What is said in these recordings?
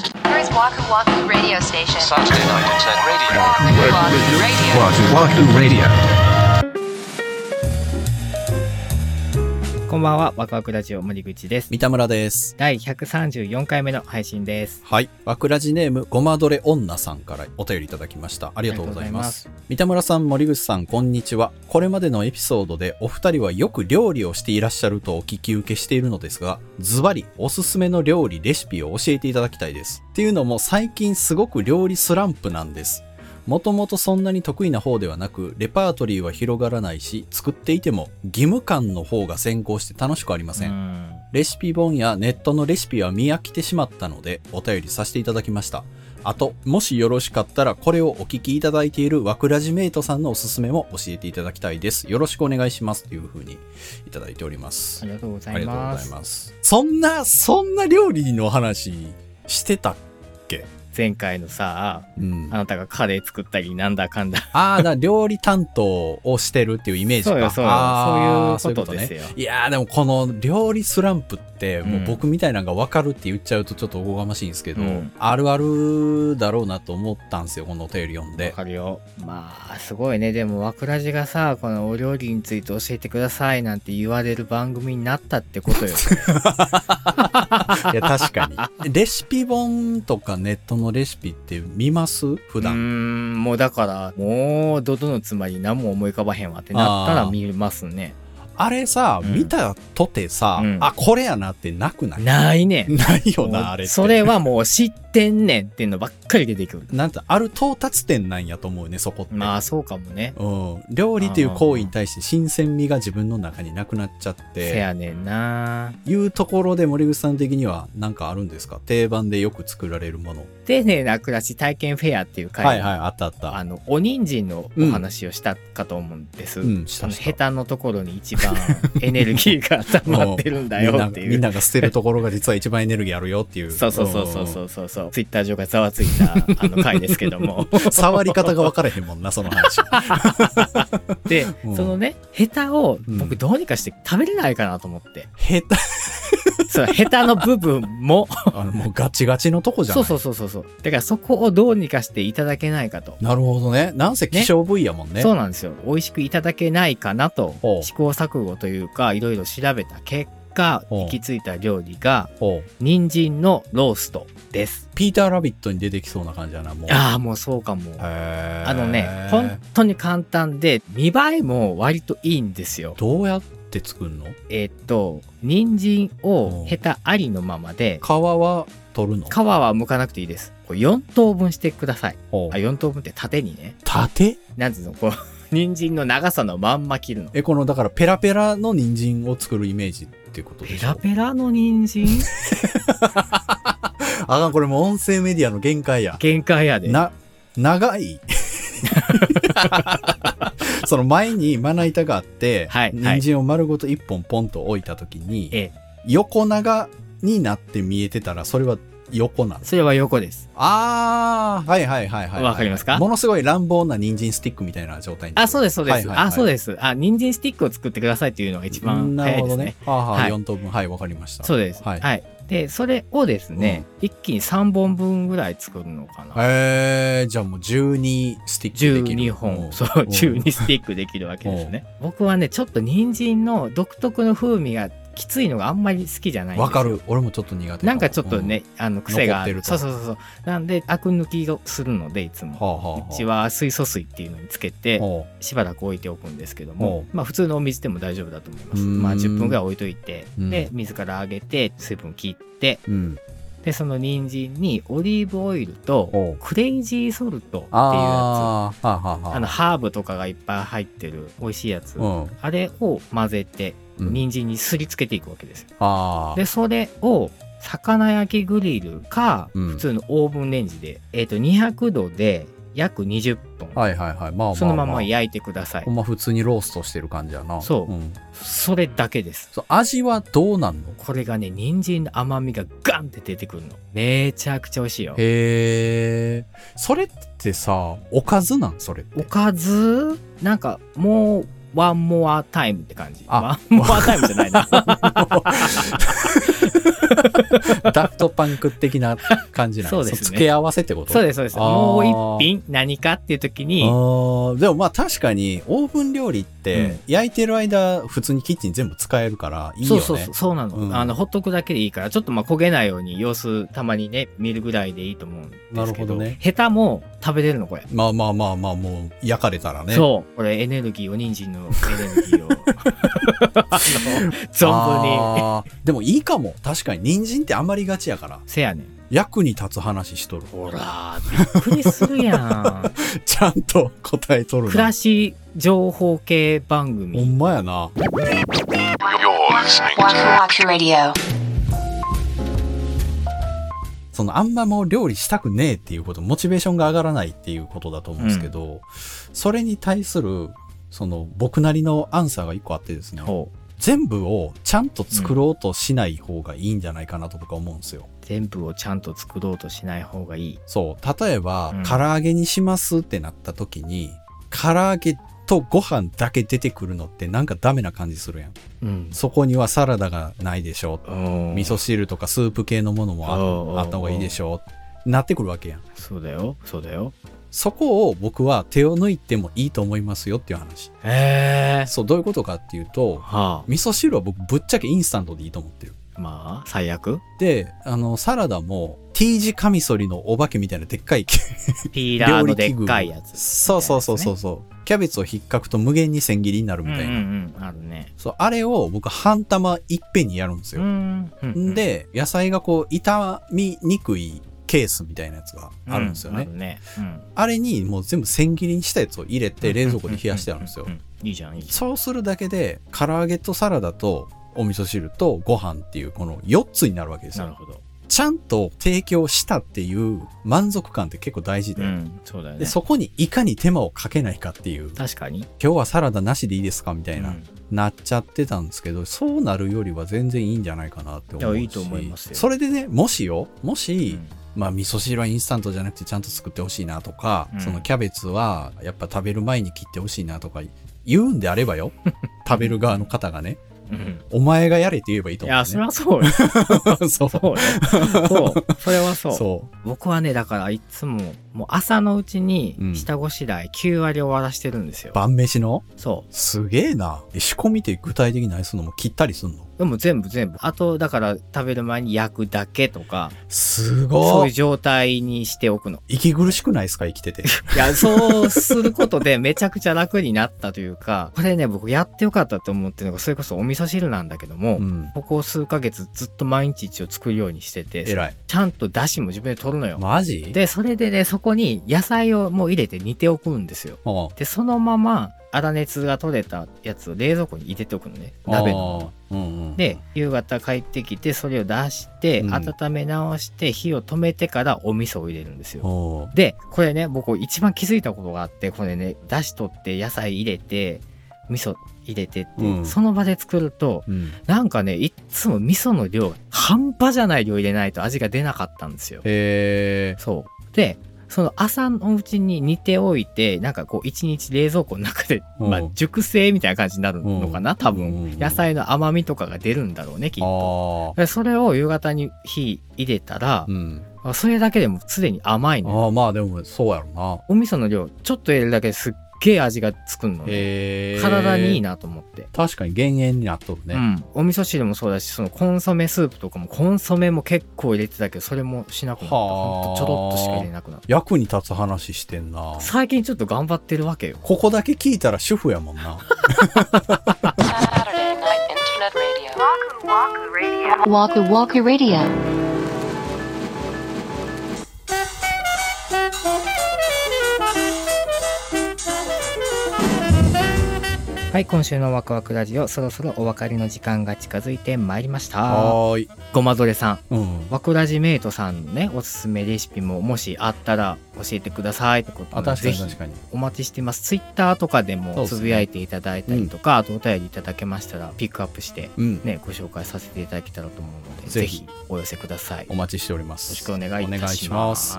Waku Waku Radio Station. Saturday night at 10 radio. Waku Waku Radio. Wahoo Wahoo Radio. こんばんは、ワクワクラジオ森口です。三田村です。第134回目の配信です。はい。わくらじネーム、ごまどれ女さんからお便りいただきました。ありがとうございます。三田村さん、森口さん、こんにちは。これまでのエピソードでお二人はよく料理をしていらっしゃるとお聞き受けしているのですが、ズバリおすすめの料理、レシピを教えていただきたいです。っていうのも最近すごく料理スランプなんです。もともとそんなに得意な方ではなく、レパートリーは広がらないし、作っていても義務感の方が先行して楽しくありません。うんレシピ本やネットのレシピは見飽きてしまったのでお便りさせていただきました。あと、もしよろしかったらこれをお聞きいただいているワクラジメイトさんのおすすめも教えていただきたいです。よろしくお願いします。というふうにいただいております。ありがとうござあいりがとうまございす。ます。そんな、そんな料理の話してた前回のさ、うんあ。なたがカレー作ったり、なんだかんだ。 ああ、だから料理担当をしてるっていうイメージか。そうよそうよあーそういうことですよそういうことねいやーでもこの料理スランプって、もう僕みたいなのが分かるって言っちゃうとちょっとおこがましいんですけど、うんあるあるだろうなと思ったんですよ、このお便り読んわで。かるよ。まあ、すごいね。でも、ワクラジがさ、このお料理について教えてくださいなんて言われる番組になったってことよ。いや、確か に。レシピ本とかネットのレシピって見ます普うー段。ん、もうだから、もう、どどのつまり何も思い浮かばへんわってなったら見ますね。あれさ、うん見たとてさ、うんあ、これやなってなくないないねん。ないよもうな、あれって。それはもう知ってんねんっていうのばっかり出て くる。なんて、ある到達点なんやと思うね、そこって。まあ、そうかもね。うん、料理という行為に対して新鮮味が自分の中になくなっちゃっせてやねんな。いうところで森口さん的には何かあるんですか定番でよく作られるもの丁寧な暮らし体験フェアっていう会はいではいあったあったあのお人参のお話をしたかと思うんです、うんしそたのしたヘタのところに一番 エネルギーが溜まってるんだみんよなってみいんうなが捨てるところが実は一番エネルギーあるよっていうそうそうそうそううそんうそうそうツイッター上がざわついたあの回ですけども触り方が分からへんもんなそ の話で、 うんそのねヘタをう僕んどうにかして食べれないかなと思って、下手そのヘタの部分もあのもうガチガチのとこじゃそなういそうそうそうそうだからそこをどうにかしていただけないかとなるほどねなんせ希少部位やもんねそうなんですよ美味しくいただけないかなとほう試行錯誤というかいろいろ調べた結果ほう行き着いた料理がほう人参のローストですピーター・ラビットに出てきそうな感じやなもうああもうそうかもへーあのね本当に簡単で見栄えも割といいんですよどうやって作るのえーっと人参うをんヘタありのままで皮は取るの皮は剥かなくていいですこれ4等分してくださいほあう4等分って縦にね縦なんつうの こう人参の長さのまんま切るのえこのだからペラペラの人参を作るイメージっていうことでペしょラペラの人参あかんこれもう音声メディアの限界や限界やでな長 いその前にまな板があって、はいはい人参を丸ごと一本ポンと置いた時に、ええ横長になって見えてたらそれは横なのそれは横ですあーはいはいはいはいはいわかりますかものすごい乱暴な人参スティックみたいな状態にあ、そうです、そうです。はいはいはいあ、そうです。あ、人参スティックを作ってくださいっていうのが一番な早るいほでどすねね。はあはあはい4等分はいわかりましたそうです。ははいい、で、それをですね、一気に3本分ぐらい作るのかな。へえじゃあもう12スティックできる12本、そう、 12 12スティックできるわけですね。僕はね、ちょっと人参の独特の風味がきついのがあんまり好きじゃないんですよわか。る俺もちょっと苦手なんかちょっとね、あの癖がある残ってるとそうそうそうそうなんでアク抜きをするのでいつうんはもあはあはうあちは水素水っていうのにつけてはあしばらく置いておくんですけどおうも、まあ、普通のお水でも大丈夫だと思います、うーんまあ、10分ぐらい置いといて、うんで水からあげて水分切ってうんでその人参にオリーブオイルおうとクレイジーソルトっていうやつああーはあはあはあのハーブとかがいっぱい入ってる美味しいやつ、うんあれを混ぜてうん人参にすりつけていくわけですよあーでそれを魚焼きグリルか、うん普通のオーブンレンジで、えー、と200度で約20分、はいはいはいまあまああそのまま焼いてくださいほんま普通にローストしてる感じやなそうんそれだけですそう味はどうなんのこれがね人参の甘みがガンって出てくるのめちゃくちゃ美味しいよへえそれってさおかずなんそれっ ておかずなんかもうワンモアタイムって感じあワ ンモアタイムじゃないなダフトパンク的な感じなんそうですねの付け合わせってことそうです、そうです。あーもう一品何かっていう時あに、ーでもまあ確かにオーブン料理って焼いてる間普通にキッチン全部使えるからいいよそうそね。うそう、そうなの。うんあの、ほっとくだけでいいから、ちょっとまあ焦げないように様子たまにね、見るぐらいでいいと思うんですけど、なるほどねヘタも食べれるの、これ。まあまあまあまあもう焼かれたらね。そう。これエネルギー、お人参のエネルギーを、あの、存分に。あーでもいいかも。確かに人参って余りがちやからせやねん。役に立つ話しとる。ほら、びっくりするや ん。ちゃんと答えとる暮なら。し情報系番ほ組。んまやな。 You're listening Waku to Waku Radio. そのあんまもう料理したくねえっていうこと、モチベーションが上がらないっていうことだと思うんですけど、それに対する、その僕なりのアンサーが一個あってですね、ほう。全部をちゃんと作ろうとしない方がいいんじゃないかなと僕は思うんですよ。全部をちゃんと作ろうとしない方がいい。そう。例えば、うん唐揚げにしますってなった時に、唐揚げとご飯だけ出てくるのってなんかダメな感じするやん。うん。そこにはサラダがないでしょ。味噌汁とかスープ系のものもあうんあった方がいいでしょ。なってくるわけやん。そうだよ。そうだよ。そこを僕は手を抜いてもいいと思いますよっていう話。へえ。そう、どういうことかっていうと、は味噌汁は僕ぶっちゃけインスタントでいいと思ってる。あ。まあ、最悪。で、あの、サラダも T 字カミソリのお化けみたいなでっかいピーラ料ーの理で器っ具をかいやつ。そうそうそうそうそう。キャベツをひっかくと無限に千切りになるうみんうんたいな。うん。あるね。そう、あれを僕半玉いっぺんにやるんですうよ。ん。ん、で、野菜がこう、傷みにくいケースみたいなやつがあるんですよね。あるね。うんあれにもう全部千切りにしたやつを入れて冷蔵庫で冷やしてあるんですよう。ういいじゃん、いいじそうするだけで、唐揚げとサラダとお味噌汁とご飯っていうこの4つになるわけですゃん。なるよ。ほど。ちゃんと提供したっていう満足感って結構大事うで。ん。そうだよでね。そこにいかに手間をかけないかっていう、確かに。今日はサラダなしでいいですかみたいな、うんなっちゃってたんですけど、そうなるよりは全然いいんじゃないかなって思ういし。やいいと思いますよそれでね、もしよ、もうし、んまあ味噌汁はインスタントじゃなくてちゃんと作ってほしいなとか、うんそのキャベツはやっぱ食べる前に切ってほしいなとか言うんであれ ばよ食べる側の方がねうんお前がやれって言えばいいとい思う、ね、や、それはそうよ。 そそうそうよ。そう。それはそうう。僕はね、だからいつも、もう朝のうちにうん下ごしらえ9割終わらしてるんですよ。晩飯のそすげえなえ仕込みって具体的に何するのもう切ったりすんのう。でも全部全部。あと、だから食べる前に焼くだけとか、すそうごいうい状態にしておくの。息苦しくないですか生き てていや、そうすることでめちゃくちゃ楽になったという か、これね、僕やってよかったと思ってるのが、それこそお味噌汁なんだけども、うんここ数ヶ月ずっと毎日一応作るようにしてて、偉いちゃんと出汁も自分で取るのよ。マジで、それでね、そこに野菜をもう入れて煮ておくんですよ。うんで、そのまま粗熱が取れたやつを冷蔵庫に入れておくのね。鍋の。あーうんうんで、夕方帰ってきて、それを出して、うん温め直して、火を止めてからお味噌を入れるんですよ。おーで、これね、僕一番気づいたことがあって、これね、出汁取って野菜入れて、味噌入れてって、うんその場で作ると、うんなんかね、いっつも味噌の量が半端じゃない量入れないと味が出なかったんですよ。へえそう。で、その朝のうちに煮ておいて、なんかこう一日冷蔵庫の中で、うんまあ熟成みたいな感じになるのかな、多うんうんう分。ん野菜の甘みとかが出るんだろうね、きっあと。ーでそれを夕方に火入れたらう、んあそれだけでもすでに甘いあのよーまあでもそうやろなお味噌の量ちょっと入れるだけですっげえ味がつくの、ねへー体にいいなと思って、確かに減塩になっとるうね、ん、お味噌汁もそうだしそのコンソメスープとかもコンソメも結構入れてたけどそれもしなくなったはあほんとちょろっとしか入れなくなった役に立つ話してんな最近ちょっと頑張ってるわけよここだけ聞いたら主婦やもんな Saturday Night Internet Radio. Waku Waku Radio. はい今週のワクワクラジオそろそろお別れの時間が近づいてまいりましたはーい、ごまどれさんうん、ワクラジメイトさんのねおすすめレシピももしあったら教えてくださいってことなあので確ぜかにひ確かにお待ちしてます。ツイッターとかでそうもですつねぶやいていただいたりとか、あとお便りいただけましたらピックアップして、うん、ね、ご紹介させていただけたらと思うので、ぜぜひひお寄せください。およ待ちしておりますろしくお願いいたします。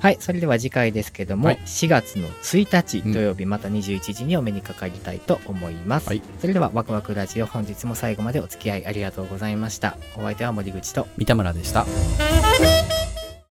はい、それでは次回ですけども、はい4月の1日うん土曜日また21時にお目にかかりたいと思います。はいそれではワクワクラジオ本日も最後までお付き合いありがとうございました。お相手は森口と三田村でした。 「